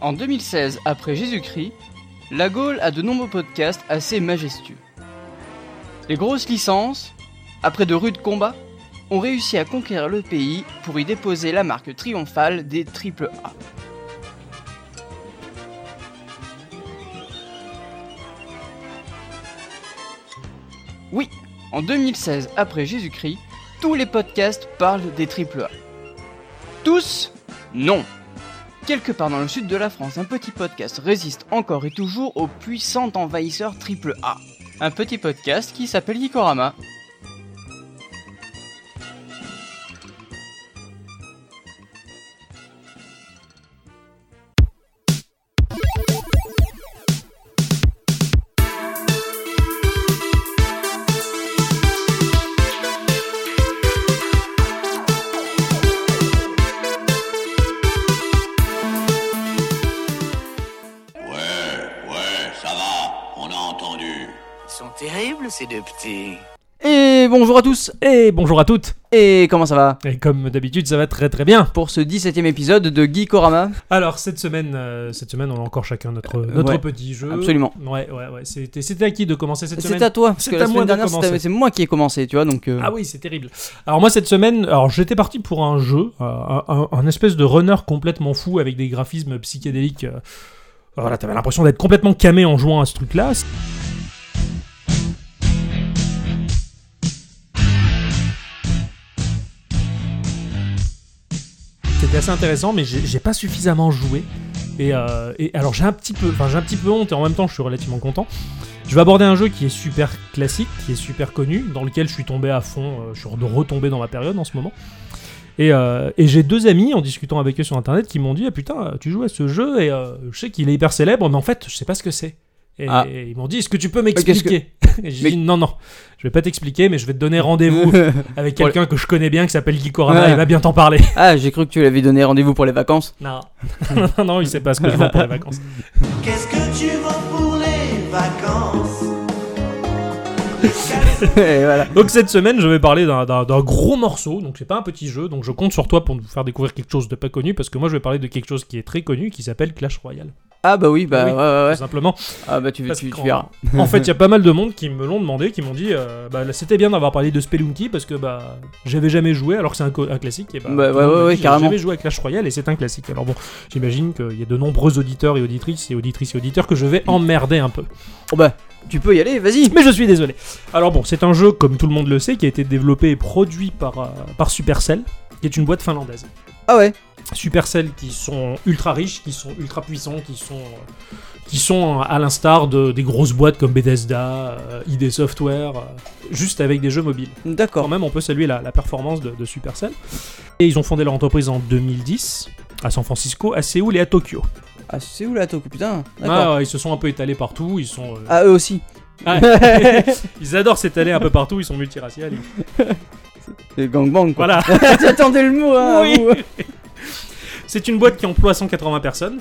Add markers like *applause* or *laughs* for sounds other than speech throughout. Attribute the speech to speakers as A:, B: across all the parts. A: En 2016, après Jésus-Christ, la Gaule a de nombreux podcasts assez majestueux. Les grosses licences, après de rudes combats, ont réussi à conquérir le pays pour y déposer la marque triomphale des triple A. Oui, en 2016, après Jésus-Christ, tous les podcasts parlent des triple A. Tous Non Quelque part dans le sud de la France, un petit podcast résiste encore et toujours au puissant envahisseur triple A. Un petit podcast qui s'appelle Gikorama.
B: Ouais, ouais, ça va, on a entendu.
C: Ils sont terribles, ces deux petits.
A: Et bonjour à tous
D: Et bonjour à toutes
A: Et comment ça va
D: Et comme d'habitude, ça va très très bien.
A: Pour ce 17ème épisode de Gikorama,
D: Alors cette semaine, euh, cette semaine, on a encore chacun notre, notre
A: Euh, ouais,
D: petit jeu.
A: absolument.
D: Ouais, ouais, ouais. C'était c'était à qui de commencer cette
A: c'est
D: semaine
A: à toi, parce
D: c'est
A: que
D: à
A: la
D: moi
A: semaine
D: de
A: dernière, c'est à-
D: commencer.
A: c'est moi qui ai commencé, tu vois, donc... euh, *laughs*
D: Ah oui, c'est terrible. Alors moi cette semaine, alors j'étais parti pour un jeu, euh, un, un espèce de runner complètement fou avec des graphismes psychédéliques. euh, voilà, t'avais l'impression d'être complètement camé en jouant à ce truc-là. C'était assez intéressant, mais j'ai j'ai pas suffisamment joué. Et, euh, et alors j'ai un petit peu, enfin j'ai un petit peu honte et en même temps je suis relativement content. Je vais aborder un jeu qui est super classique, qui est super connu, dans lequel je suis tombé à fond, euh, je suis retombé dans ma période en ce moment. Et, euh, et j'ai deux amis en discutant avec eux sur internet qui m'ont dit Ah putain, tu joues à ce jeu et euh, je sais qu'il est hyper célèbre, mais en fait, je sais pas ce que c'est. Et,
A: Ah.
D: et ils m'ont dit Est-ce que tu peux
A: qu'est-ce que-
D: m'expliquer *laughs* Et J'ai
A: Mais-
D: dit Non, non, je vais pas t'expliquer, mais je vais te donner
A: *laughs*
D: rendez-vous avec
A: Pour le-
D: quelqu'un que je connais bien qui s'appelle Guy Corama,
A: Ouais.
D: il va bien t'en parler.
A: ah, j'ai cru que tu l'avais donné rendez-vous pour les
D: *laughs*
A: vacances.
D: non. non, non, il sait pas ce que je vends pour les
A: *laughs*
D: vacances.
E: Qu'est-ce que tu vends pour les vacances
A: Et voilà.
D: Donc cette semaine, je vais parler d'un- d'un d'un gros morceau, donc c'est pas un petit jeu, donc je compte sur toi pour nous faire découvrir quelque chose de pas connu, parce que moi je vais parler de quelque chose qui est très connu, qui s'appelle Clash Royale,
A: Ah bah oui, bah
D: Oui.
A: ouais, ouais, ouais.
D: tout simplement.
A: Ah bah tu,
D: Parce
A: tu, tu
D: qu'en-
A: verras.
D: En fait, il y a pas mal de monde qui me l'ont demandé, qui m'ont dit, euh, bah là, c'était bien d'avoir parlé de Spelunky, parce que bah j'avais jamais joué, alors que c'est un, co- un classique, et bah,
A: Bah,
D: tout
A: ouais,
D: le
A: ouais,
D: monde m'a
A: ouais,
D: dit, j'ai
A: carrément.
D: jamais joué à Clash Royale, et c'est un classique. Alors bon, j'imagine qu'il y a de nombreux auditeurs et auditrices, et auditrices et auditeurs que je vais emmerder un peu.
A: Oh bah, tu peux y aller, vas-y.
D: *laughs* Mais je suis désolé. Alors bon, c'est un jeu, comme tout le monde le sait, qui a été développé et produit par, euh, par Supercell, qui est une boîte finlandaise.
A: Ah ouais.
D: Supercell qui sont ultra riches, qui sont ultra puissants, qui sont, euh, qui sont euh, à l'instar de, des grosses boîtes comme Bethesda, euh, ID Software, euh, juste avec des jeux mobiles. Quand
A: D'accord.
D: même, on peut saluer la, la performance de, de Supercell. Et ils ont fondé leur entreprise en 2010 à San Francisco, à Séoul et à Tokyo.
A: Ah c'est où la toque, putain D'accord.
D: Ah, ouais, ils se sont un peu étalés partout, ils
A: *laughs*
D: sont... euh, *laughs*
A: Ah eux aussi.
D: Ah. ils adorent s'étaler un peu partout, ils sont multiraciales,
A: C'est gangbang quoi.
D: Voilà.
A: *laughs* J'attendais le mot hein,
D: Oui.
A: vous.
D: C'est une boîte qui emploie 180 personnes.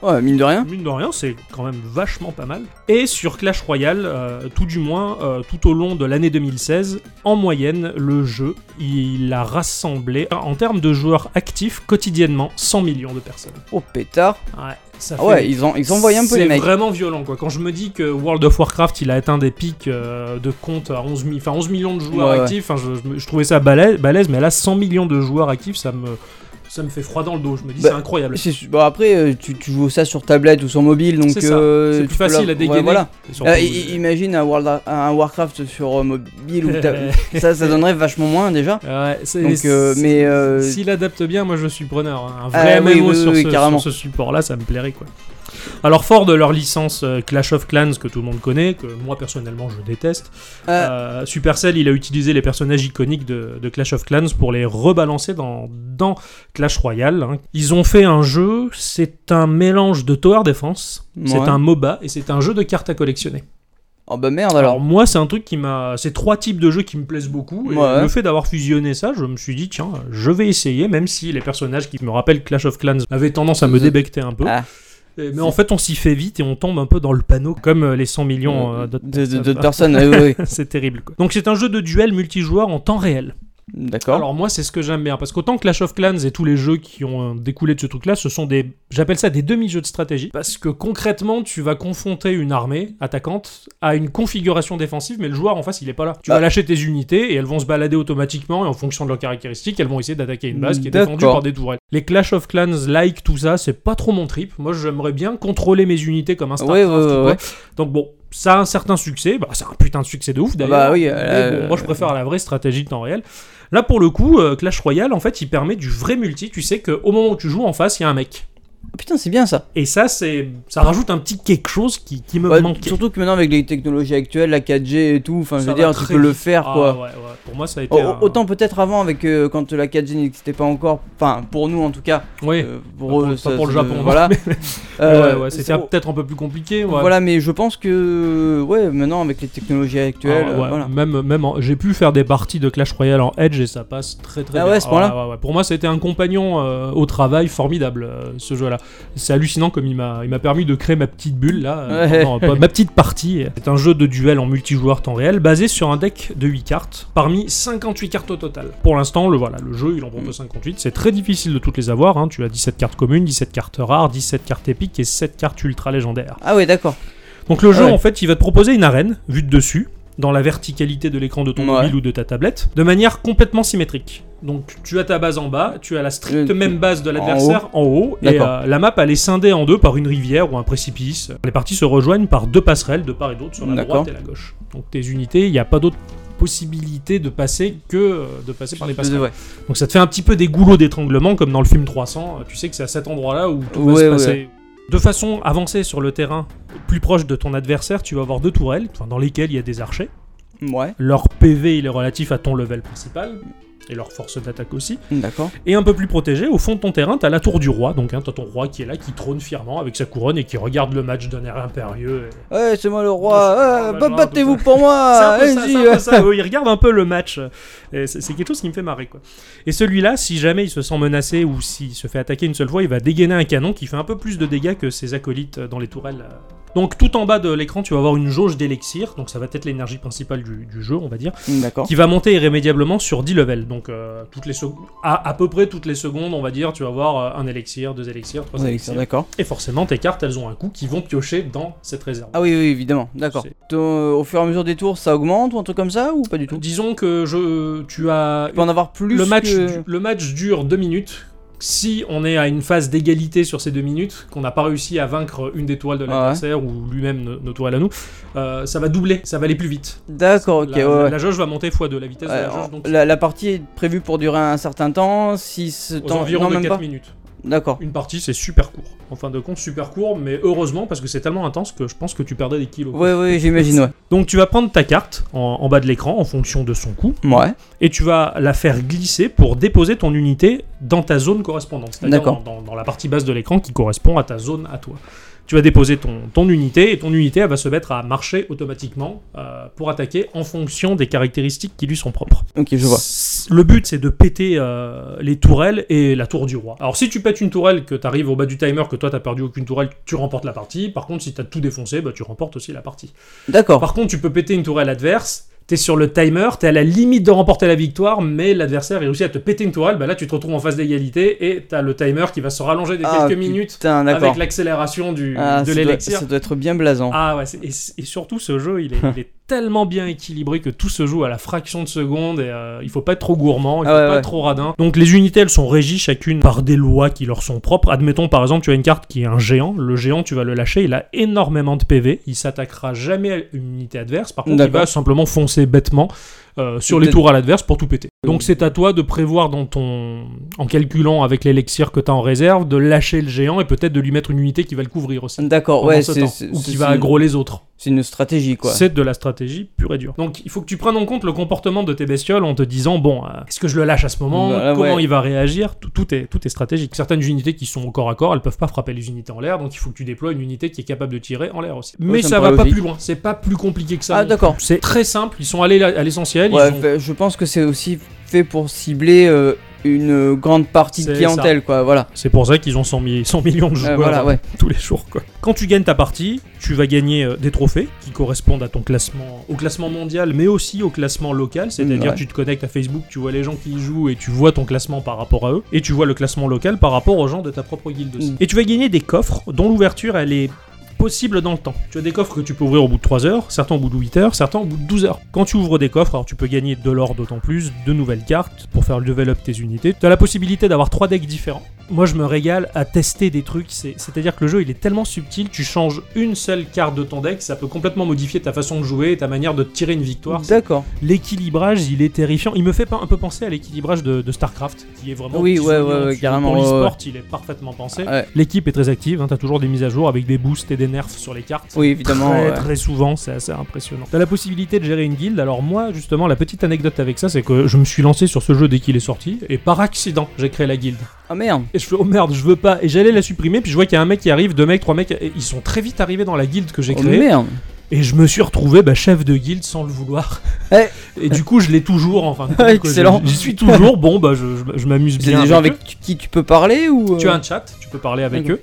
A: Ouais, mine de rien.
D: Mine de rien, c'est quand même vachement pas mal. Et sur Clash Royale, euh, tout du moins, euh, tout au long de l'année 2016, en moyenne, le jeu, il a rassemblé, euh, en termes de joueurs actifs, quotidiennement, 100 millions de personnes.
A: Oh pétard.
D: Ouais, ça
A: Ah ouais, ils ont ils envoyaient un peu les
D: C'est
A: mecs.
D: vraiment violent quoi. Quand je me dis que World of Warcraft il a atteint des pics euh, de comptes à 11, mi- enfin, 11 millions de joueurs
A: Ouais, ouais.
D: actifs, enfin, je, je me- je trouvais ça balèze, balèze, mais là 100 millions de joueurs actifs ça me, ça me fait froid dans le dos. Je me dis
A: Bah,
D: c'est incroyable.
A: C'est- Bon après euh, tu, tu joues ça sur tablette ou sur mobile donc
D: C'est ça.
A: euh,
D: C'est
A: tu
D: plus
A: peux la-
D: facile à
A: ouais,
D: dégainer.
A: voilà.
D: Et surtout,
A: Euh, i- i- imagine un, World- un Warcraft sur euh, mobile ou ta-
D: Euh,
A: ça ça donnerait vachement moins déjà.
D: *laughs* ouais, c'est-
A: Donc, euh, mais, euh,
D: S'il adapte bien, moi je suis preneur. hein. Un vrai
A: Ah, oui,
D: MMO
A: oui,
D: sur,
A: oui,
D: ce,
A: carrément.
D: sur ce support-là, ça me plairait quoi. Alors fort de leur licence euh, Clash of Clans que tout le monde connaît, que moi personnellement je déteste,
A: Ah.
D: euh, Supercell il a utilisé les personnages iconiques de, de Clash of Clans pour les rebalancer dans, dans Clash Royale. hein. Ils ont fait un jeu, c'est un mélange de Tower Defense, c'est
A: Ouais.
D: un MOBA et c'est un jeu de cartes à collectionner.
A: Oh bah merde
D: Alors,
A: alors.
D: moi, c'est un truc qui m'a. C'est trois types de jeux qui me plaisent beaucoup. Et
A: Ouais.
D: Le fait d'avoir fusionné ça, je me suis dit, tiens, je vais essayer, même si les personnages qui me rappellent Clash of Clans avaient tendance à me
A: The-
D: débecter un peu.
A: Mhm. Ah.
D: Et- Mais en fait, on s'y fait vite et on tombe un peu dans le panneau, comme euh, les 100 millions euh,
A: de
D: d'autres
A: de- d'autres
D: personnes.
A: personnes. ouais, ouais, ouais.
D: *laughs* C'est terrible. quoi. Donc, c'est un jeu de duel multijoueur en temps réel.
A: D'accord.
D: Alors moi, c'est ce que j'aime bien, parce qu'autant Clash of Clans et tous les jeux qui ont euh, découlé de ce truc-là, ce sont des J'appelle ça des demi-jeux de stratégie parce que concrètement, tu vas confronter une armée attaquante à une configuration défensive, mais le joueur en face, il est pas là. Tu
A: Bah.
D: vas lâcher tes unités et elles vont se balader automatiquement et en fonction de leurs caractéristiques, elles vont essayer d'attaquer une base qui est défendue
A: D'accord.
D: par des tourelles. Les Clash of Clans, like tout ça, c'est pas trop mon trip. Moi, j'aimerais bien contrôler mes unités comme un
A: Ouais, ouais,
D: StarCraft ou
A: ouais,
D: quoi.
A: ouais.
D: Donc bon, ça a un certain succès, bah, c'est un putain de succès de ouf d'ailleurs. hein.
A: Bah oui,
D: Mais
A: euh,
D: bon, moi je préfère la vraie stratégie de temps réel. Là pour le coup, euh, Clash Royale, en fait, il permet du vrai multi. Tu sais qu'au moment où tu joues en face, il y a un mec.
A: Ah, Putain, c'est bien ça.
D: Et ça, c'est, ça rajoute un petit quelque chose qui, qui me
A: Ouais,
D: manquait.
A: surtout que maintenant, avec les technologies actuelles, la 4G et tout, enfin, je
D: Ça
A: veux
D: va
A: dire, tu
D: très
A: peux le
D: vite.
A: faire,
D: Ah,
A: quoi. Oh,
D: ouais, ouais. Pour moi, ça a été.
A: Au-
D: un-
A: Autant peut-être avant, avec euh, quand la 4G n'existait pas encore, enfin, pour nous en tout cas.
D: Ouais.
A: euh,
D: Pas pour-
A: eux,
D: pas
A: ça-
D: pour le
A: ça-
D: Japon, non. *laughs*
A: Voilà.
D: Mais
A: Euh,
D: ouais, ouais, c'était
A: c'est-
D: peut-être un peu plus compliqué. ouais.
A: Voilà, mais je pense que, ouais, maintenant, avec les technologies actuelles,
D: Ah,
A: euh,
D: ouais,
A: voilà.
D: Même, même en- j'ai pu faire des parties de Clash Royale en Edge et ça passe très très
A: Ah
D: bien.
A: ouais, à ce point-là
D: ouais, ouais. Pour moi, c'était un compagnon euh, au travail formidable euh, ce jeu-là. C'est hallucinant comme il m'a, il m'a permis de créer ma petite bulle là, euh,
A: Ouais. *laughs*
D: pendant- pas- ma petite partie. C'est un jeu de duel en multijoueur temps réel basé sur un deck de 8 cartes parmi 58 cartes au total. Pour l'instant, le voilà, le jeu il en
A: Mm.
D: propose 58. C'est très difficile de toutes les avoir. hein. Tu as 17 cartes communes, 17 cartes rares, 17 cartes épiques et 7 cartes ultra légendaires.
A: Ah ouais, d'accord.
D: Donc le jeu,
A: Ouais.
D: en fait, il va te proposer une arène vue de dessus, dans la verticalité de l'écran de ton
A: Ouais.
D: mobile ou de ta tablette, de manière complètement symétrique. Donc tu as ta base en bas, tu as la stricte
A: Euh,
D: même base de l'adversaire en haut, et
A: D'accord.
D: euh, la map elle est scindée en deux par une rivière ou un précipice. Les parties se rejoignent par deux passerelles de part et d'autre sur la
A: D'accord.
D: droite et la gauche. Donc tes unités, il n'y a pas d'autre possibilité de passer que euh, de passer par les passerelles.
A: Ouais.
D: Donc ça te fait un petit peu des goulots d'étranglement comme dans le film 300. euh, Tu sais que c'est à cet endroit-là où tout va
A: Ouais,
D: se
A: ouais,
D: passer.
A: ouais.
D: De façon avancée sur le terrain, plus proche de ton adversaire, tu vas avoir deux tourelles, enfin, dans lesquelles il y a des archers.
A: Ouais,
D: Leur PV il est relatif à ton level principal. Et leur force d'attaque aussi.
A: d'accord.
D: Et un peu plus protégé, au fond de ton terrain, t'as la tour du roi. Donc, hein, t'as ton roi qui est là, qui trône fièrement avec sa couronne et qui regarde le match d'un air impérieux. et-
A: Ouais, c'est moi le
D: Ouais, c'est
A: roi.
D: moi,
A: Ouais,
D: bah,
A: bah,
D: non,
A: battez-vous
D: tout
A: pour moi.
D: *laughs* c'est un peu ça,
A: allez-y,
D: c'est un peu
A: ouais.
D: ça. Oui, il regarde un peu le match. Et C'est c'est quelque chose qui me fait marrer. Quoi. Et celui-là, si jamais il se sent menacé ou s'il se fait attaquer une seule fois, il va dégainer un canon qui fait un peu plus de dégâts que ses acolytes euh, dans les tourelles. euh. Donc tout en bas de l'écran, tu vas avoir une jauge d'élixir, donc ça va être l'énergie principale du, du jeu, on va dire,
A: Mm, D'accord.
D: qui va monter irrémédiablement sur 10 levels. Donc euh, toutes les sec- à, à peu près toutes les secondes, on va dire, tu vas avoir euh, un élixir, deux élixirs, trois
A: Ouais,
D: élixirs.
A: D'accord.
D: Et forcément, tes cartes, elles ont un coût qui vont piocher dans cette réserve.
A: Ah oui, oui, évidemment. D'accord.
D: C'est-
A: Donc, euh, Au fur et à mesure des tours, ça augmente ou un truc comme ça ou pas du tout
D: Euh, Disons que je, tu as
A: Tu peux en avoir plus.
D: le match,
A: que-
D: du- le match dure deux minutes. Si on est à une phase d'égalité sur ces deux minutes, qu'on n'a pas réussi à vaincre une des toiles de
A: Ah Ouais.
D: l'adversaire ou lui-même nos, nos toiles à nous, euh, ça va doubler, ça va aller plus vite.
A: D'accord, ok,
D: la,
A: ouais, ouais.
D: la jauge va monter x2, la vitesse de la
A: Ouais,
D: jauge,
A: on-
D: donc
A: la, la partie est prévue pour durer un certain temps, si ce
D: aux
A: temps
D: environs
A: non,
D: de
A: même
D: 4
A: pas.
D: minutes.
A: D'accord.
D: Une partie, c'est super court. En fin de compte, super court, mais heureusement, parce que c'est tellement intense que je pense que tu perdais des kilos.
A: Ouais, ouais, j'imagine, ouais.
D: Donc tu vas prendre ta carte en, en bas de l'écran en fonction de son coût,
A: Ouais.
D: et tu vas la faire glisser pour déposer ton unité dans ta zone correspondante, c'est-à-dire dans,
A: D'accord.
D: dans- dans la partie basse de l'écran qui correspond à ta zone à toi. Tu vas déposer ton, ton unité et ton unité elle va se mettre à marcher automatiquement euh, pour attaquer en fonction des caractéristiques qui lui sont propres.
A: Ok, je vois.
D: Le but c'est de péter euh, les tourelles et la tour du roi. Alors si tu pètes une tourelle, que tu arrives au bas du timer, que toi t'as perdu aucune tourelle, tu remportes la partie. Par contre si t'as tout défoncé, bah, tu remportes aussi la partie.
A: D'accord.
D: Par contre, tu peux péter une tourelle adverse. T'es sur le timer, t'es à la limite de remporter la victoire, mais l'adversaire réussit à te péter une tourelle. Bah là, tu te retrouves en phase d'égalité et t'as le timer qui va se rallonger de
A: Ah,
D: quelques minutes
A: Putain, d'accord.
D: avec l'accélération du
A: Ah,
D: de
A: ça, doit,
D: l'élixir.
A: ça doit être bien blasant.
D: Ah ouais, c'est- et, et surtout ce jeu, il est,
A: *laughs*
D: il est tellement bien équilibré que tout se joue à la fraction de seconde et euh, il faut pas être trop gourmand, il
A: Ah
D: faut
A: ouais,
D: pas
A: ouais.
D: être trop radin. Donc les unités, elles sont régies chacune par des lois qui leur sont propres. Admettons par exemple, tu as une carte qui est un géant, le géant, tu vas le lâcher, il a énormément de PV, il s'attaquera jamais à une unité adverse, par contre il
A: D'accord.
D: va simplement foncer bêtement euh, sur les
A: Peut-être-
D: tours à l'adverse pour tout péter. Donc c'est à toi de prévoir dans ton en calculant avec l'élixir que tu as en réserve de lâcher le géant et peut-être de lui mettre une unité qui va le couvrir aussi
A: D'accord,
D: pendant
A: ouais,
D: ce
A: c'est
D: temps,
A: c'est-
D: ou
A: c'est-
D: qui va
A: c'est-
D: aggro les autres.
A: C'est une stratégie, quoi.
D: C'est de la stratégie pure et dure. Donc il faut que tu prennes en compte le comportement de tes bestioles en te disant bon, euh, est-ce que je le lâche à ce moment
A: Bah,
D: Comment
A: ouais.
D: il va réagir tout, tout est, tout est stratégique. Certaines unités qui sont au corps à corps, elles peuvent pas frapper les unités en l'air, donc il faut que tu déploies une unité qui est capable de tirer en l'air aussi. Mais
A: ça me
D: ça va
A: paraît
D: pas
A: logique.
D: plus loin, c'est pas plus compliqué que ça.
A: Ah,
D: non
A: d'accord.
D: plus. C'est très simple, ils sont allés à l'essentiel, ils
A: Ouais,
D: ont-
A: fait- je pense que c'est aussi fait pour cibler euh, une grande partie de
D: C'est
A: clientèle, quoi. Voilà.
D: C'est pour ça qu'ils ont 100, mi- 100 millions de
A: Euh,
D: joueurs
A: voilà, ouais.
D: *laughs* tous les jours. Quoi. Quand tu gagnes ta partie, tu vas gagner euh, des trophées qui correspondent à ton classement, au classement mondial, mais aussi au classement local. C'est-à-dire
A: ouais.
D: tu te connectes à Facebook, tu vois les gens qui y jouent et tu vois ton classement par rapport à eux, et tu vois le classement local par rapport aux gens de ta propre guilde aussi.
A: Mm.
D: Et tu vas gagner des coffres dont l'ouverture elle est possible dans le temps. Tu as des coffres que tu peux ouvrir au bout de 3 heures, certains au bout de 8 heures, certains au bout de 12 heures. Quand tu ouvres des coffres, alors tu peux gagner de l'or d'autant plus, de nouvelles cartes pour faire level up tes unités. Tu as la possibilité d'avoir 3 decks différents. Moi je me régale à tester des trucs, c'est- c'est-à-dire que le jeu il est tellement subtil, tu changes une seule carte de ton deck, ça peut complètement modifier ta façon de jouer et ta manière de te tirer une victoire.
A: D'accord.
D: L'équilibrage il est terrifiant, il me fait pas- un peu penser à l'équilibrage de, de StarCraft, qui est vraiment...
A: Oui,
D: qui
A: ouais,
D: se-
A: ouais, ouais,
D: qui-
A: carrément,
D: Pour
A: ouais,
D: l'e-sport il est parfaitement pensé.
A: Ouais.
D: L'équipe est très active, hein, t'as toujours des mises à jour avec des boosts et des nerfs sur les cartes.
A: Oui, évidemment.
D: Très,
A: ouais.
D: très souvent, c'est assez impressionnant. T'as la possibilité de gérer une guilde. Alors moi, justement, la petite anecdote avec ça, c'est que je me suis lancé sur ce jeu dès qu'il est sorti, et par accident, j'ai créé la guilde.
A: Ah merde.
D: Et je fais oh merde, je veux pas. Et j'allais la supprimer, puis je vois qu'il y a un mec qui arrive, deux mecs, trois mecs, et ils sont très vite arrivés dans la guilde que j'ai
A: Oh
D: créée.
A: merde.
D: Et je me suis retrouvé bah, chef de guilde sans le vouloir.
A: Eh.
D: *laughs* Et du coup, je l'ai toujours, enfin.
A: *laughs* Ouais, excellent.
D: J'y suis toujours. Bon, bah, je, je- je m'amuse
A: C'est
D: bien.
A: des gens
D: avec eux.
A: avec qui tu peux parler ou. euh,
D: Tu as un chat, tu peux parler avec
A: Ok.
D: eux.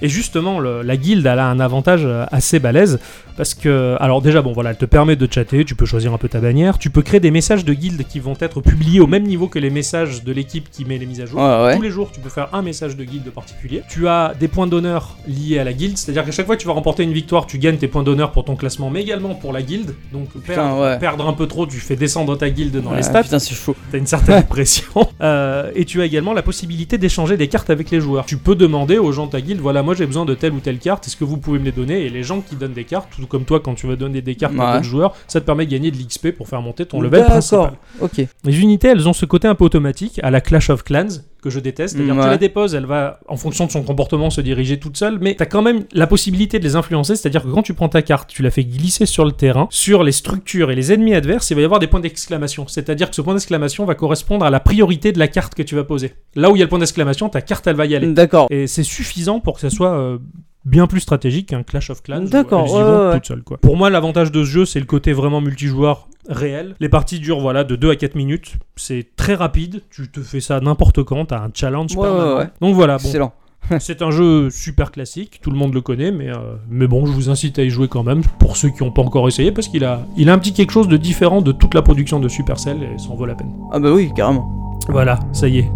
D: Et justement, le- la guilde, elle a un avantage euh, assez balèze parce que, alors déjà, bon, voilà, elle te permet de chatter, tu peux choisir un peu ta bannière, tu peux créer des messages de guilde qui vont être publiés au même niveau que les messages de l'équipe qui met les mises à jour.
A: Ouais, ouais.
D: Tous les jours, tu peux faire un message de guilde particulier. Tu as des points d'honneur liés à la guilde, c'est-à-dire qu'à chaque fois que tu vas remporter une victoire, tu gagnes tes points d'honneur pour ton classement, mais également pour la guilde. Donc, perdre,
A: ouais.
D: perdre un peu trop, tu fais descendre ta guilde dans
A: Ouais,
D: les stats.
A: Ah, Putain, c'est chaud.
D: T'as une certaine pression. *laughs* Euh, et tu as également la possibilité d'échanger des cartes avec les joueurs. Tu peux demander aux gens de ta guilde, voilà, moi j'ai besoin de telle ou telle carte, est-ce que vous pouvez me les donner Et les gens qui donnent des cartes, tout comme toi quand tu vas donner des cartes
A: Ouais.
D: à d'autres joueurs, ça te permet de gagner de l'XP pour faire monter ton level principal.
A: Ok.
D: Les unités, elles ont ce côté un peu automatique à la Clash of Clans que je déteste. C'est-à-dire
A: Mm,
D: tu
A: ouais.
D: la déposes, elle va en fonction de son comportement se diriger toute seule, mais t'as quand même la possibilité de les influencer. C'est-à-dire que quand tu prends ta carte, tu la fais glisser sur le terrain, sur les structures et les ennemis adverses, il va y avoir des points d'exclamation. C'est-à-dire que ce point d'exclamation va correspondre à la priorité de la carte que tu vas poser. Là où il y a le point d'exclamation, ta carte elle va y aller.
A: D'accord.
D: Et c'est suffisant pour que ça soit euh, bien plus stratégique qu'un Clash of Clans. où
A: D'accord,
D: elles y
A: ouais,
D: vont
A: ouais, ouais.
D: toutes seules, quoi. Pour moi, l'avantage de ce jeu, c'est le côté vraiment multijoueur réel. Les parties durent voilà, de 2 à 4 minutes. C'est très rapide. Tu te fais ça n'importe quand. T'as un challenge
A: Ouais,
D: permanent.
A: ouais, ouais.
D: Donc voilà, bon,
A: Excellent.
D: c'est un jeu super classique. Tout le monde le connaît. Mais, euh, mais bon, je vous incite à y jouer quand même. Pour ceux qui n'ont pas encore essayé, parce qu'il a, il a un petit quelque chose de différent de toute la production de Supercell. Et ça en vaut la peine.
A: Ah bah oui, carrément.
D: Voilà, ça y est.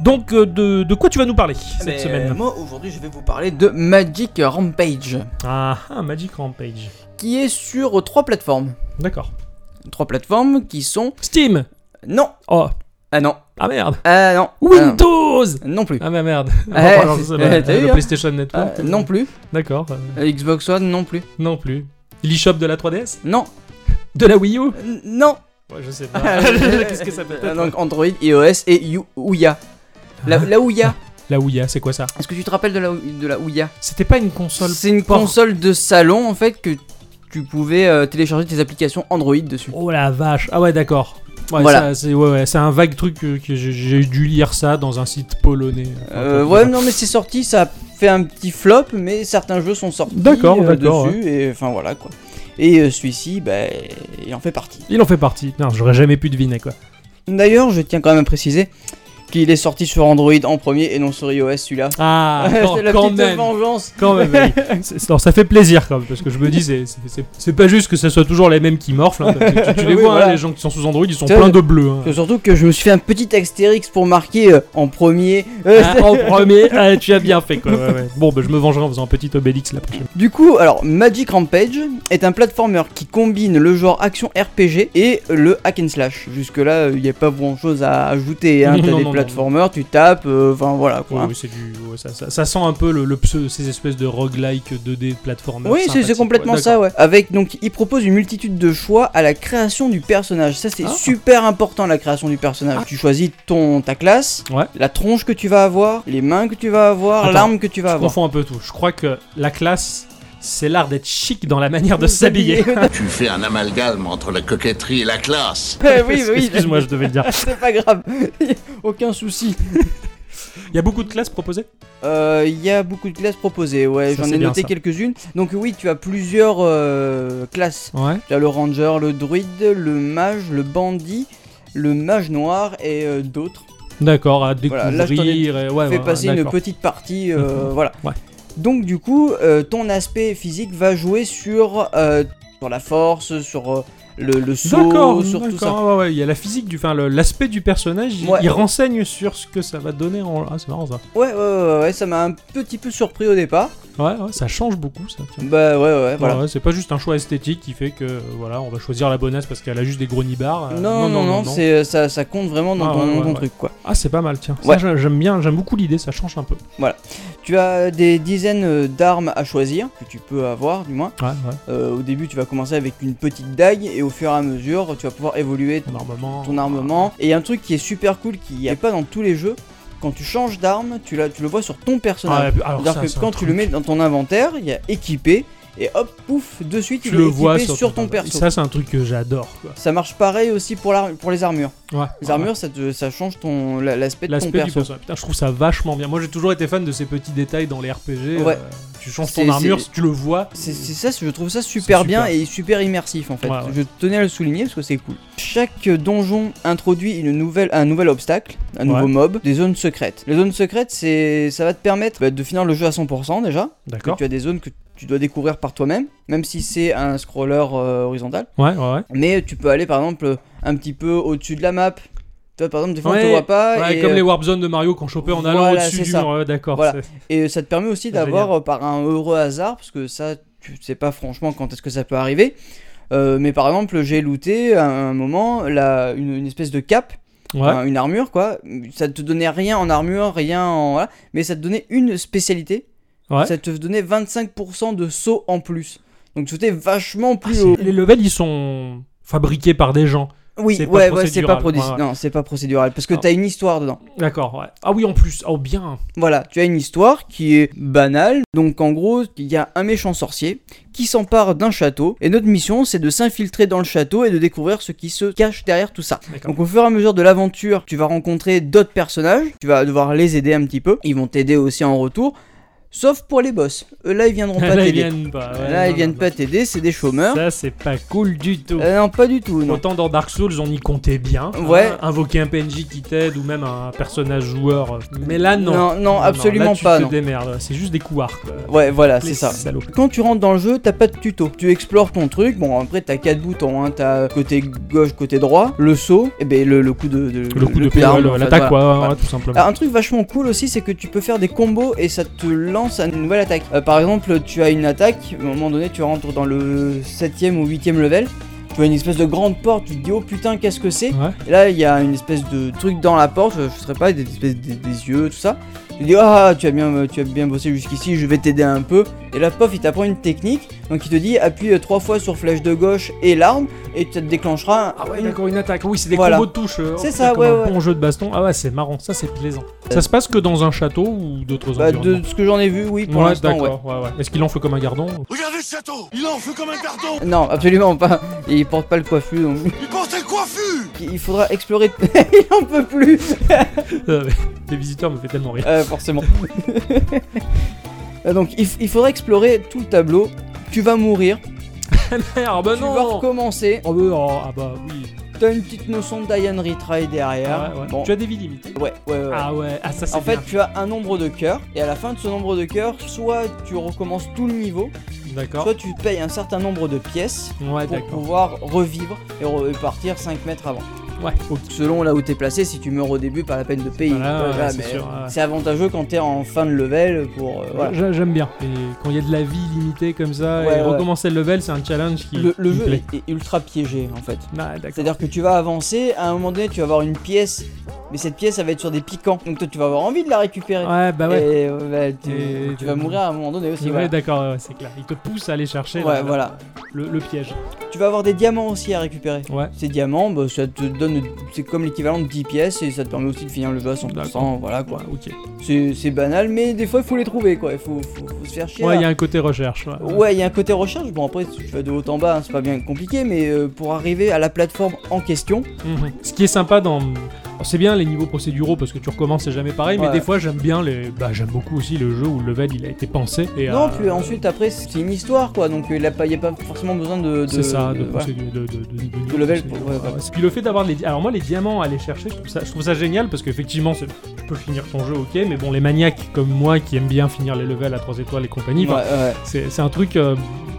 D: Donc, euh, de, de quoi tu vas nous parler cette
A: Mais,
D: semaine
A: euh, moi aujourd'hui, je vais vous parler de Magic Rampage,
D: Ah, ah, Magic Rampage.
A: qui est sur euh, trois plateformes.
D: D'accord.
A: Trois plateformes qui sont
D: Steam
A: non,
D: Oh,
A: ah non,
D: ah merde
A: ah non, ah non,
D: Windows
A: non plus,
D: Ah mais merde
A: *laughs* Ouais,
D: Alors, ça, bah,
A: eh, t'as
D: Le
A: vu, hein
D: PlayStation Network
A: Ah, non plus,
D: D'accord, euh,
A: Euh, Xbox One non plus,
D: non plus. L'eShop de la 3DS
A: non,
D: De la Wii U
A: N- non.
D: Ouais,
A: *laughs*
D: je sais pas. *laughs* Qu'est-ce que ça peut
A: Ah,
D: être
A: Donc Android, iOS et You- Ouya. La,
D: Ah.
A: la Ouya.
D: La Ouya, c'est quoi ça
A: Est-ce que tu te rappelles de la, de la Ouya
D: C'était pas une console
A: C'est une
D: port-
A: console de salon en fait que tu pouvais euh, télécharger tes applications Android dessus.
D: Oh la vache Ah ouais, d'accord. Ouais,
A: Voilà.
D: ça, c'est ouais, ouais, c'est un vague truc euh, que j'ai- j'ai dû lire ça dans un site polonais. Enfin,
A: Euh,
D: un truc
A: ouais,
D: comme
A: non, mais c'est sorti, ça a fait un petit flop, mais certains jeux sont sortis
D: D'accord,
A: euh,
D: d'accord,
A: dessus, et enfin voilà quoi. Et euh, celui-ci, bah, il en fait partie.
D: ça. Il en fait partie. Non, j'aurais jamais pu deviner quoi.
A: D'ailleurs, je tiens quand même à préciser qu'il est sorti sur Android en premier et non sur iOS celui-là. *laughs*
D: Ah, quand,
A: c'est la
D: quand
A: petite
D: même.
A: vengeance.
D: Quand même, oui. C'est- alors, ça fait plaisir quand même, parce que je me dis, c'est- c'est- c'est c'est pas juste que ça soit toujours les mêmes qui morflent. hein,
A: *laughs*
D: parce que tu, tu les
A: Oui,
D: vois, hein,
A: voilà.
D: les gens qui sont sous Android, ils sont
A: Tu sais,
D: pleins de
A: *laughs*
D: bleu. hein.
A: Que Surtout que je me suis fait un petit astérix pour marquer euh, en premier. Euh,
D: Ah, en premier, ah, tu as bien fait quoi. ouais, ouais. Bon, bah, je me vengerai en faisant un petit obélix la prochaine.
A: Du coup, alors Magic Rampage est un platformer qui combine le genre action RPG et le hack and slash. Jusque là, il n'y a pas grand chose à ajouter. Hein.
D: *laughs* Non,
A: T'as
D: non,
A: des
D: non,
A: platformers, tu tapes, euh, enfin voilà
D: Ouais,
A: quoi.
D: oui, c'est du, ouais, ça, ça- ça sent un peu le, le pseu- ces espèces de roguelike 2D plateforme.
A: Oui, c'est- c'est complètement ça, ouais. Avec donc, il propose une multitude de choix à la création du personnage. Ça, c'est
D: Ah.
A: super important la création du personnage. Tu choisis ton ta classe,
D: Ouais.
A: la tronche que tu vas avoir, les mains que tu vas avoir,
D: Attends,
A: l'arme que tu vas
D: Je
A: avoir.
D: confonds un peu tout. Je crois que la classe, c'est l'art d'être chic dans la manière
A: *laughs*
D: de s'habiller.
B: Ah, Tu fais un amalgame entre la coquetterie et la classe.
A: *laughs* Eh oui, oui,
D: Excuse-moi, je devais le dire.
A: c'est pas grave, *laughs* aucun souci.
D: Il y a beaucoup de classes proposées
A: Euh, Il y a beaucoup de classes proposées, ouais,
D: Ça,
A: j'en
D: c'est
A: ai
D: bien,
A: noté
D: ça.
A: quelques-unes. Donc oui, tu as plusieurs euh, classes.
D: Ouais.
A: Tu as le ranger, le druide, le mage, le bandit, le mage noir et euh, d'autres.
D: D'accord,
A: Voilà,
D: à découvrir.
A: là, je t'en ai
D: et- ouais,
A: fait
D: ouais,
A: passer
D: ouais,
A: une
D: Ah, d'accord.
A: petite partie, euh, *laughs*
D: Mhm.
A: voilà.
D: Ouais.
A: Donc du coup, euh, ton aspect physique va jouer sur, euh, sur la force, sur euh, le, le saut,
D: D'accord,
A: sur tout ça.
D: d'accord, ouais, ouais, il y a la physique, du, enfin, le- l'aspect du personnage, il-
A: Ouais.
D: il renseigne sur ce que ça va donner en... Ah, c'est marrant ça.
A: Ouais, ouais, ouais, ouais, ça m'a un petit peu surpris au départ.
D: Ouais, ouais, ça change beaucoup ça. tiens.
A: Bah ouais, ouais, voilà.
D: Ouais, ouais, c'est pas juste un choix esthétique qui fait que euh, voilà, on va choisir la bonasse parce qu'elle a juste des gros nibards. euh,
A: Non, non, non, c'est ça, ça compte vraiment dans
D: Ah,
A: ton,
D: ouais,
A: dans ton
D: ouais,
A: truc quoi.
D: Ah, c'est pas mal, tiens. Ça,
A: Ouais.
D: j'a- j'aime bien, j'aime beaucoup l'idée, ça change un peu.
A: Tu as des dizaines euh, d'armes à choisir, que tu peux avoir du moins.
D: Ouais, ouais.
A: Euh, au début, tu vas commencer avec une petite dague, et au fur et à mesure, tu vas pouvoir évoluer
D: Ton armement.
A: ton armement. Et il y a un truc qui est super cool, qui n'y a pas dans tous les jeux, quand tu changes d'arme, tu, la- tu le vois sur ton
D: Ah,
A: personnage.
D: ouais, alors
A: C'est-à-dire
D: ça,
A: que
D: c'est un
A: quand tu
D: truc.
A: le mets dans ton inventaire, il y a équipé, et hop, pouf, de suite,
D: tu
A: il
D: le
A: est
D: vois
A: équipé sur, ton, perso.
D: Ça, c'est un truc que j'adore. quoi.
A: Ça marche pareil aussi pour, l'ar- pour les armures.
D: Ouais.
A: Les armures, ça, te- ça change ton, la- l'aspect de ton
D: Ah. L'aspect du
A: perso.
D: personnage. Putain, je trouve ça vachement bien. Moi, j'ai toujours été fan de ces petits détails dans les RPG.
A: Ouais.
D: euh, tu changes
A: C'est-
D: ton armure,
A: c'est-
D: si tu le vois.
A: C'est c'est ça, je trouve ça super,
D: C'est super.
A: bien et super immersif en fait.
D: Ouais, ouais.
A: Je tenais à le souligner parce que c'est cool. Chaque donjon introduit une nouvelle, un nouvel obstacle, un nouveau
D: Ouais.
A: mob, des zones secrètes. Les zones secrètes, c'est, ça va te permettre bah, de finir le jeu à 100% déjà.
D: D'accord.
A: Tu as des zones que tu dois découvrir par toi-même, même si c'est un scroller euh, horizontal.
D: Ouais, ouais, ouais.
A: Mais tu peux aller par exemple un petit peu au-dessus de la map. Toi, par exemple, des fois on te
D: Ouais,
A: voit pas
D: Ouais,
A: et,
D: comme
A: euh,
D: les Warp Zone de Mario qu'on chopait en allant
A: voilà, c'est
D: au-dessus du
A: ça.
D: mur. ouais, D'accord.
A: Voilà.
D: c'est-
A: Et ça te permet aussi d'avoir
D: Génial.
A: euh, par un heureux hasard, parce que ça, tu sais pas franchement quand est-ce que ça peut arriver. Euh, mais par exemple, j'ai looté à un moment la, une, une espèce de cape,
D: Ouais.
A: un- une armure quoi. Ça te donnait rien en armure, rien en. Voilà, mais ça te donnait une spécialité.
D: Ouais.
A: Ça te donnait 25% de saut en plus. Donc c'était vachement
D: Ah,
A: plus
D: c'est-
A: haut.
D: les levels, ils sont fabriqués par des gens.
A: Oui,
D: c'est pas
A: ouais, ouais, c'est pas,
D: procédural,
A: procédural.
D: ouais,
A: Non, c'est pas procédural, parce que
D: Ah.
A: t'as une histoire dedans.
D: D'accord, ouais. Ah oui, en plus. Oh, bien.
A: Voilà, tu as une histoire qui est banale. Donc en gros, il y a un méchant sorcier qui s'empare d'un château. Et notre mission, c'est de s'infiltrer dans le château et de découvrir ce qui se cache derrière tout ça.
D: D'accord.
A: Donc au fur et à mesure de l'aventure, tu vas rencontrer d'autres personnages. Tu vas devoir les aider un petit peu. Ils vont t'aider aussi en retour. Sauf pour les boss. Eux, là, ils viendront pas
D: *laughs* Là, ils
A: t'aider.
D: viennent pas. ouais,
A: Là, ils
D: non,
A: viennent
D: non,
A: pas t'aider, c'est des chômeurs.
D: Ça, c'est pas cool du tout.
A: Euh, non, pas du tout, non.
D: Autant dans Dark Souls, on y comptait bien. hein,
A: Ouais.
D: invoquer un PNJ qui t'aide ou même un personnage joueur. Mais là, non.
A: Non, non, absolument
D: là, tu
A: pas,
D: Te
A: non.
D: démerdes. C'est juste des couards. quoi.
A: Ouais, voilà, c'est
D: Les
A: ça.
D: salauds.
A: Quand tu rentres dans le jeu, t'as pas de tuto. Tu explores ton truc. Bon, après, t'as quatre boutons. Hein. T'as côté gauche, côté droit, le saut, et ben le, le coup de, de-
D: Le coup de
A: coup d'arme,
D: PL,
A: en fait, voilà.
D: l'attaque, quoi, ouais,
A: Voilà.
D: ouais, tout simplement.
A: Ah, un truc vachement cool aussi, c'est que tu peux faire des combos et ça te lance une nouvelle attaque. Euh, par exemple, tu as une attaque, à un moment donné, tu rentres dans le 7ème ou 8ème level. Tu as une espèce de grande porte, tu te dis oh putain, qu'est-ce que c'est
D: Ouais.
A: Et là, il y a une espèce de truc dans la porte, je sais pas, des espèces des, des yeux, tout ça. Tu dis ah, tu as bien, tu as bien bossé jusqu'ici, je vais t'aider un peu. Et là, pof, il t'apprend une technique. Donc il te dit appuie euh, trois fois sur flèche de gauche et l'arme, et ça te déclenchera.
D: Ah ouais, d'accord, une attaque. Oui, c'est des
A: Voilà.
D: combos de touche. euh,
A: C'est
D: en fait,
A: ça,
D: comme
A: ouais,
D: un
A: ouais. Euh.
D: bon jeu de baston. Ah ouais, c'est marrant. Ça, c'est plaisant. Ça se passe que dans un château ou d'autres
A: Bah,
D: environnements
A: de ce que j'en ai vu, oui, pour
D: Ouais,
A: l'instant, ouais.
D: d'accord. ouais, ouais. Est-ce qu'il enfle comme un gardon
B: Regardez le château Il enfle comme un carton
A: Non, absolument pas. Il porte pas le coiffure, donc
B: Il porte le coiffu
A: il faudra explorer. *laughs* il en peut plus.
D: *laughs* Euh, Les visiteurs me fait
A: *laughs*
D: tellement rire.
A: Euh, forcément. Euh, donc il, f- il faudra explorer tout le tableau. Tu vas mourir.
D: ah bah
A: tu vas
D: non
A: recommencer.
D: Oh, bah, oh, ah bah oui.
A: T'as une petite notion de Diane Retry derrière.
D: Ah Ouais, ouais.
A: hein, Bon.
D: Tu as des vies limitées.
A: Ouais, ouais, ouais.
D: Ah ouais, ah ça c'est
A: En fait,
D: bien.
A: tu as un nombre de cœurs, et à la fin de ce nombre de cœurs, soit tu recommences tout le niveau,
D: D'accord.
A: soit tu payes un certain nombre de pièces
D: Ouais,
A: pour
D: Ah, d'accord.
A: pouvoir revivre et repartir 5 mètres avant.
D: Ouais, ok.
A: Selon là où t'es placé, si tu meurs au début, pas la peine de payer.
D: Voilà,
A: Voilà,
D: ouais, c'est
A: mais
D: sûr, ouais.
A: c'est avantageux quand t'es en fin de level pour. euh, voilà.
D: J'a- J'aime bien. Et quand il y a de la vie limitée comme ça,
A: Ouais,
D: et
A: ouais.
D: recommencer le level, c'est un challenge qui.
A: Le, le
D: qui me
A: jeu
D: plaît.
A: est, est ultra piégé en fait.
D: Ah, d'accord.
A: C'est-à-dire que tu vas avancer, à un moment donné, tu vas avoir une pièce, mais cette pièce, elle va être sur des piquants. Donc toi, tu vas avoir envie de la récupérer.
D: Ouais, bah ouais.
A: Et euh, bah, tu,
D: Et-
A: tu vas mourir à un moment donné aussi.
D: Ouais,
A: voilà.
D: d'accord, ouais, ouais, c'est clair. Il te pousse à aller chercher
A: Ouais,
D: là,
A: voilà.
D: le, le piège.
A: Tu vas avoir des diamants aussi à récupérer.
D: Ouais.
A: Ces diamants, bah, ça te donne, c'est comme l'équivalent de 10 pièces et ça te permet aussi de finir le jeu à 100%.
D: D'accord.
A: Voilà quoi.
D: ok.
A: C'est c'est banal, mais des fois il faut les trouver quoi. Il faut, faut, faut se faire chier.
D: Ouais,
A: là.
D: il y a un côté recherche. Ouais.
A: Ouais, il y a un côté recherche. Bon, après, tu vas de haut en bas, hein, c'est pas bien compliqué, mais euh, pour arriver à la plateforme en question,
D: Mhm. Ce qui est sympa dans. Alors, C'est bien les niveaux procéduraux parce que tu recommences, c'est jamais pareil, mais
A: Ouais.
D: des fois j'aime bien les. Bah, j'aime beaucoup aussi le jeu où le level il a été pensé. Et,
A: Non,
D: euh,
A: puis ensuite, après, c'est une histoire, quoi. Donc, il n'y a, pas- y a pas forcément besoin de. de-
D: C'est ça,
A: de-
D: de,
A: voilà.
D: procédure- de, de- de- de-
A: De level,
D: procédure,
A: ouais,
D: ouais,
A: voilà.
D: ouais. Puis le fait d'avoir les. di- Alors moi, les diamants à aller chercher, je trouve ça, je trouve ça génial parce qu'effectivement, c'est- tu peux finir ton jeu, ok, mais bon, les maniaques comme moi qui aiment bien finir les levels à 3 étoiles et compagnie,
A: Ouais,
D: enfin,
A: ouais.
D: c'est c'est un truc. euh,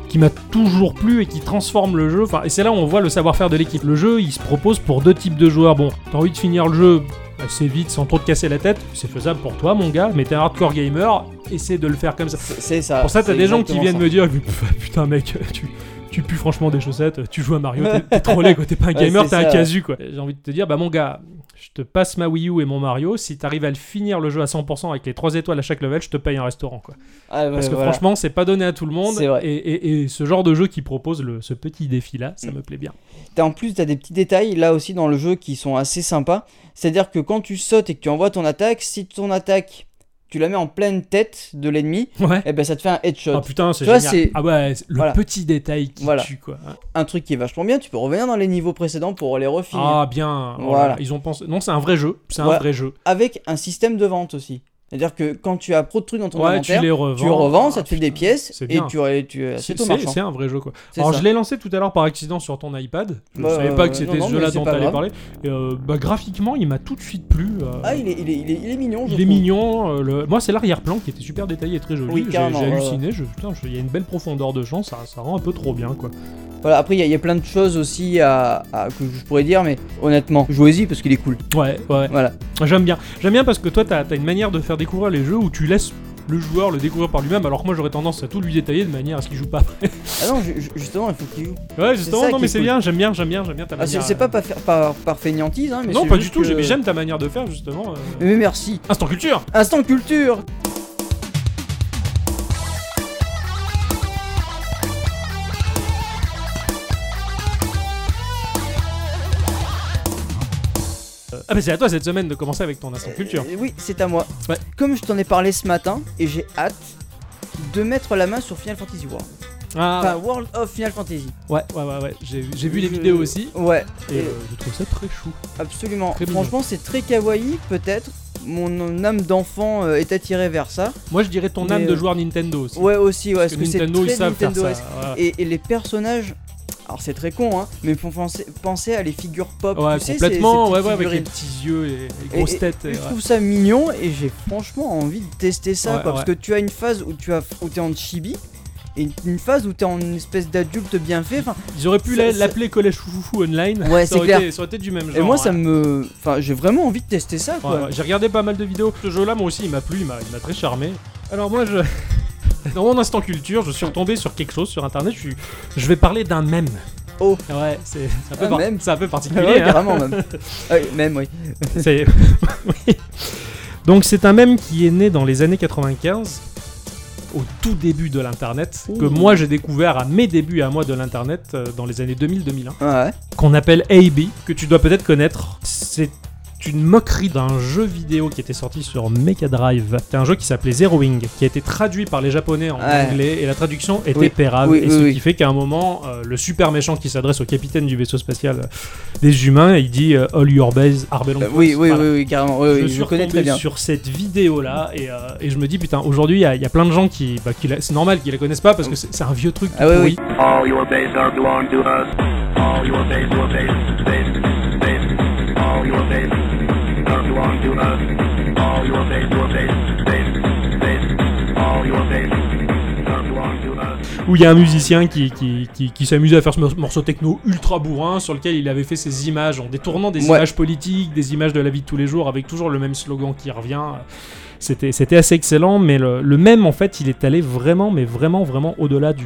D: qui m'a toujours plu et qui transforme le jeu. Enfin, et c'est là où on voit le savoir-faire de l'équipe. Le jeu, il se propose pour deux types de joueurs. Bon, t'as envie de finir le jeu assez vite, sans trop te casser la tête. C'est faisable pour toi, mon gars. Mais t'es un hardcore gamer, essaie de le faire comme ça.
A: C'est c'est ça.
D: Pour ça, t'as
A: Ah, c'est
D: des gens qui
A: exactement
D: viennent
A: ça.
D: me dire *laughs* Pff, Putain, mec, tu, tu pues franchement des chaussettes, tu joues à Mario, t'es- t'es
A: *laughs*
D: trollé, quoi, t'es pas un
A: Ouais,
D: gamer,
A: c'est
D: t'es un
A: ça.
D: casu, quoi. J'ai envie de te dire Bah, mon gars, je te passe ma Wii U et mon Mario, si t'arrives à le finir le jeu à 100% avec les 3 étoiles à chaque level, je te paye un restaurant, quoi.
A: Ah, ouais,
D: Parce que
A: voilà.
D: franchement, c'est pas donné à tout le monde.
A: C'est vrai.
D: Et, et- et ce genre de jeu qui propose le, ce petit défi-là, ça
A: Mm.
D: me plaît bien. *laughs*
A: T'as- en plus, t'as des petits détails là aussi dans le jeu qui sont assez sympas. C'est-à-dire que quand tu sautes et que tu envoies ton attaque, si ton attaque, tu la mets en pleine tête de l'ennemi,
D: Ouais.
A: eh ben ça te fait un headshot.
D: Ah putain, c'est
A: tu vois,
D: génial.
A: c'est-
D: Ah ouais, c'est le
A: Voilà.
D: petit détail qui
A: Voilà.
D: tue, quoi.
A: Un truc qui est vachement bien, tu peux revenir dans les niveaux précédents pour les refinir.
D: Ah bien. oh là
A: Voilà.
D: là, Ils ont pensé. Non, c'est un vrai jeu. C'est un
A: Ouais.
D: vrai jeu.
A: Avec un système de vente aussi. C'est-à-dire que quand tu as trop de trucs dans ton
D: Ouais, tu
A: inventaire,
D: les revends.
A: tu revends, ça
D: Ah,
A: te fait
D: putain,
A: des pièces
D: c'est
A: et
D: bien.
A: tu, ré- tu
D: C'est
A: achètes au
D: c'est-
A: marchand.
D: c'est un vrai jeu quoi.
A: C'est
D: Alors
A: ça.
D: je l'ai lancé tout à l'heure par accident sur ton iPad. Je
A: Bah,
D: savais pas
A: euh, non,
D: que c'était
A: non,
D: ce
A: mais
D: jeu-là
A: c'est
D: dont
A: pas
D: t'allais
A: grave.
D: parler. Et, euh, bah, graphiquement, il m'a tout de suite plu. euh,
A: Ah, il est, il est- il est- il est mignon, je
D: il est
A: trouve.
D: mignon. euh, le- Moi, c'est l'arrière-plan qui était super détaillé et très joli.
A: Oui,
D: J'ai-
A: carrément,
D: J'ai
A: ouais,
D: halluciné. je- putain, je- il y a une belle profondeur de champ. Ça, ça rend un peu trop bien, quoi.
A: Voilà, après, il y, a- il y a plein de choses aussi à, à- que je pourrais dire, mais honnêtement, jouez-y parce qu'il est cool.
D: Ouais, ouais.
A: Voilà.
D: J'aime bien. J'aime bien parce que toi, t'as as une manière de faire découvrir les jeux où tu laisses le joueur le découvrir par lui-même. Alors que moi, j'aurais tendance à tout lui détailler de manière à ce qu'il joue pas.
A: Ah
D: *laughs*
A: non, ju- ju- justement, il faut qu'il joue.
D: ouais, justement.
A: ça
D: Non,
A: qui
D: mais
A: est
D: c'est
A: cool.
D: bien. J'aime bien. J'aime bien. J'aime bien ta
A: Ah, c'est
D: manière.
A: c'est pas par, faire- par, par fainéantise, hein, mais
D: Non,
A: c'est
D: pas du
A: juste
D: tout.
A: que-
D: j'ai- J'aime ta manière de faire justement. euh.
A: Mais merci.
D: Instant culture.
A: Instant culture
D: Euh, Ah bah c'est à toi cette semaine de commencer avec ton instant culture.
A: Euh, Oui, c'est à moi.
D: Ouais.
A: Comme je t'en ai parlé ce matin, et j'ai hâte de mettre la main sur Final Fantasy World. Enfin,
D: Ah
A: World of Final Fantasy.
D: ouais ouais ouais, ouais. J'ai, j'ai vu les
A: Je-
D: vidéos aussi.
A: Ouais,
D: Et euh, je trouve ça très chou.
A: absolument.
D: Très mignon.
A: Franchement, c'est très kawaii, peut-être. Mon âme d'enfant euh, est attirée vers ça.
D: Moi je dirais ton âme
A: Mais,
D: de
A: euh,
D: joueur Nintendo aussi.
A: Ouais, aussi, ouais, parce que c'est très
D: Nintendo ils savent faire
A: Nintendo
D: ça. voilà.
A: et, et les personnages. Alors c'est très con, hein, mais font penser, penser à les figures pop.
D: Ouais,
A: tu sais,
D: complètement,
A: ces- ces
D: ouais,
A: petites
D: ouais, avec
A: figurines.
D: les petits yeux et les
A: Et-
D: grosses
A: et-
D: têtes. et
A: Je
D: ouais.
A: trouve ça mignon et j'ai franchement envie de tester ça,
D: Ouais,
A: quoi,
D: ouais.
A: parce que tu as une phase où tu as, où es en chibi et une- une phase où tu es en espèce d'adulte bien fait. Enfin,
D: Ils auraient pu
A: ça-
D: la-
A: ça-
D: l'appeler Collège Foufoufou Online.
A: Ouais, c'est
D: ça aurait
A: clair.
D: été- ça aurait été du même genre. hein.
A: et moi, ça
D: ouais.
A: me, enfin, j'ai vraiment envie de tester ça,
D: Ouais,
A: quoi. *laughs*
D: ouais, J'ai regardé pas mal de vidéos. Ce jeu-là, moi aussi, il m'a plu, il m'a il m'a très charmé. Alors moi, je... *laughs* Dans mon instant culture, je suis retombé sur quelque chose sur internet. Je, suis- je vais parler d'un mème.
A: Oh.
D: Ouais, c'est c'est un, peu
A: Un
D: par-
A: mème.
D: c'est un peu
A: Ah
D: particulier.
A: ouais,
D: hein.
A: carrément même. Ah oui, même oui.
D: C'est- *laughs* Oui. Donc c'est un mème qui est né dans les années 95, au tout début de l'internet, que
A: Ouh.
D: moi j'ai découvert à mes débuts à moi de l'internet euh, dans les années 2000-2001,
A: Ouais.
D: qu'on appelle AB, que tu dois peut-être connaître. C'est une moquerie d'un jeu vidéo qui était sorti sur Mega Drive. C'était un jeu qui s'appelait Zero Wing, qui a été traduit par les japonais en
A: Ouais.
D: anglais et la traduction était
A: Oui.
D: pérave.
A: Oui,
D: et
A: oui,
D: ce
A: oui.
D: qui fait qu'à un moment, euh, le super méchant qui s'adresse au capitaine du vaisseau spatial euh, des humains, il dit euh, All your base are belong
A: Euh,
D: to
A: oui,
D: us.
A: oui,
D: Voilà
A: oui, oui, carrément. Oui, oui,
D: je
A: je,
D: suis
A: connais
D: retombé
A: très bien.
D: sur cette vidéo là et, euh, et je me dis putain aujourd'hui il y, a- il y a plein de gens qui, bah, qui la- c'est normal qu'ils la connaissent pas parce que c'est c'est un vieux truc tout
A: Euh, Ah ouais,
D: pourri.
F: All your days are belong to us. All your days, your days, days, face, come belong to us. All your face, your face, face, face, all your face, come belong to us.
D: où il y a un musicien qui, qui, qui, qui s'amusait à faire ce mor- morceau techno ultra bourrin sur lequel il avait fait ses images en détournant des
G: Ouais.
D: images politiques, des images de la vie de tous les jours avec toujours le même slogan qui revient. C'était c'était assez excellent, mais le, le même en fait, il est allé vraiment, mais vraiment, vraiment au-delà du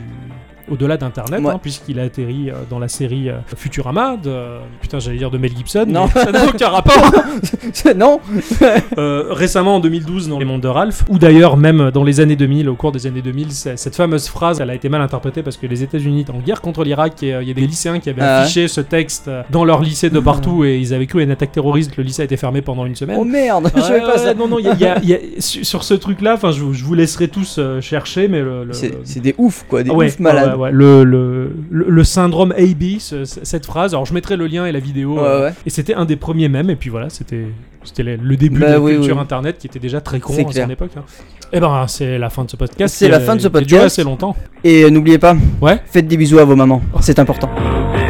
D: au-delà d'internet
G: Ouais.
D: hein, puisqu'il a atterri euh, dans la série euh, Futurama de putain j'allais dire de Mel Gibson
G: Non.
D: mais ça n'a aucun rapport
A: *laughs*
G: non
D: euh, récemment en 2012 dans Les Mondes de Ralph, ou d'ailleurs même dans les années 2000, au cours des années 2000, c- cette fameuse phrase, elle a été mal interprétée parce que les États-Unis étaient en guerre contre l'Irak et euh, il y a des lycéens qui avaient
G: Ah Hmm. ouais.
D: affiché ce texte euh, dans leur lycée de partout et ils avaient cru à une attaque terroriste, le lycée a été fermé pendant une semaine.
G: Oh merde, je
D: Ouais,
G: savais pas
D: ouais,
G: ça.
D: Non, non, il y a- il y a- il y a- su- sur ce truc-là, enfin, je, vous- je vous laisserai tous euh, chercher, mais le, le-
G: C'est
D: le-
G: c'est des oufs quoi, des
D: ah ouais,
G: oufs malades.
D: ouais, ouais, ouais. Le, le, le- le syndrome AB, ce- ce- cette phrase. Alors, je mettrai le lien et la vidéo.
G: Ouais,
D: euh,
G: ouais.
D: Et c'était un des premiers mèmes. Et puis voilà, c'était c'était le- le début
G: Bah
D: de la
G: oui,
D: culture
G: oui.
D: internet qui était déjà très con
G: C'est
D: à
G: clair.
D: son époque. Et ben, c'est la fin de ce podcast.
G: C'est la fin de ce
D: Il a duré
G: podcast.
D: assez longtemps.
G: Et euh, n'oubliez pas,
D: Ouais.
G: faites des bisous à vos mamans, c'est important.
F: Be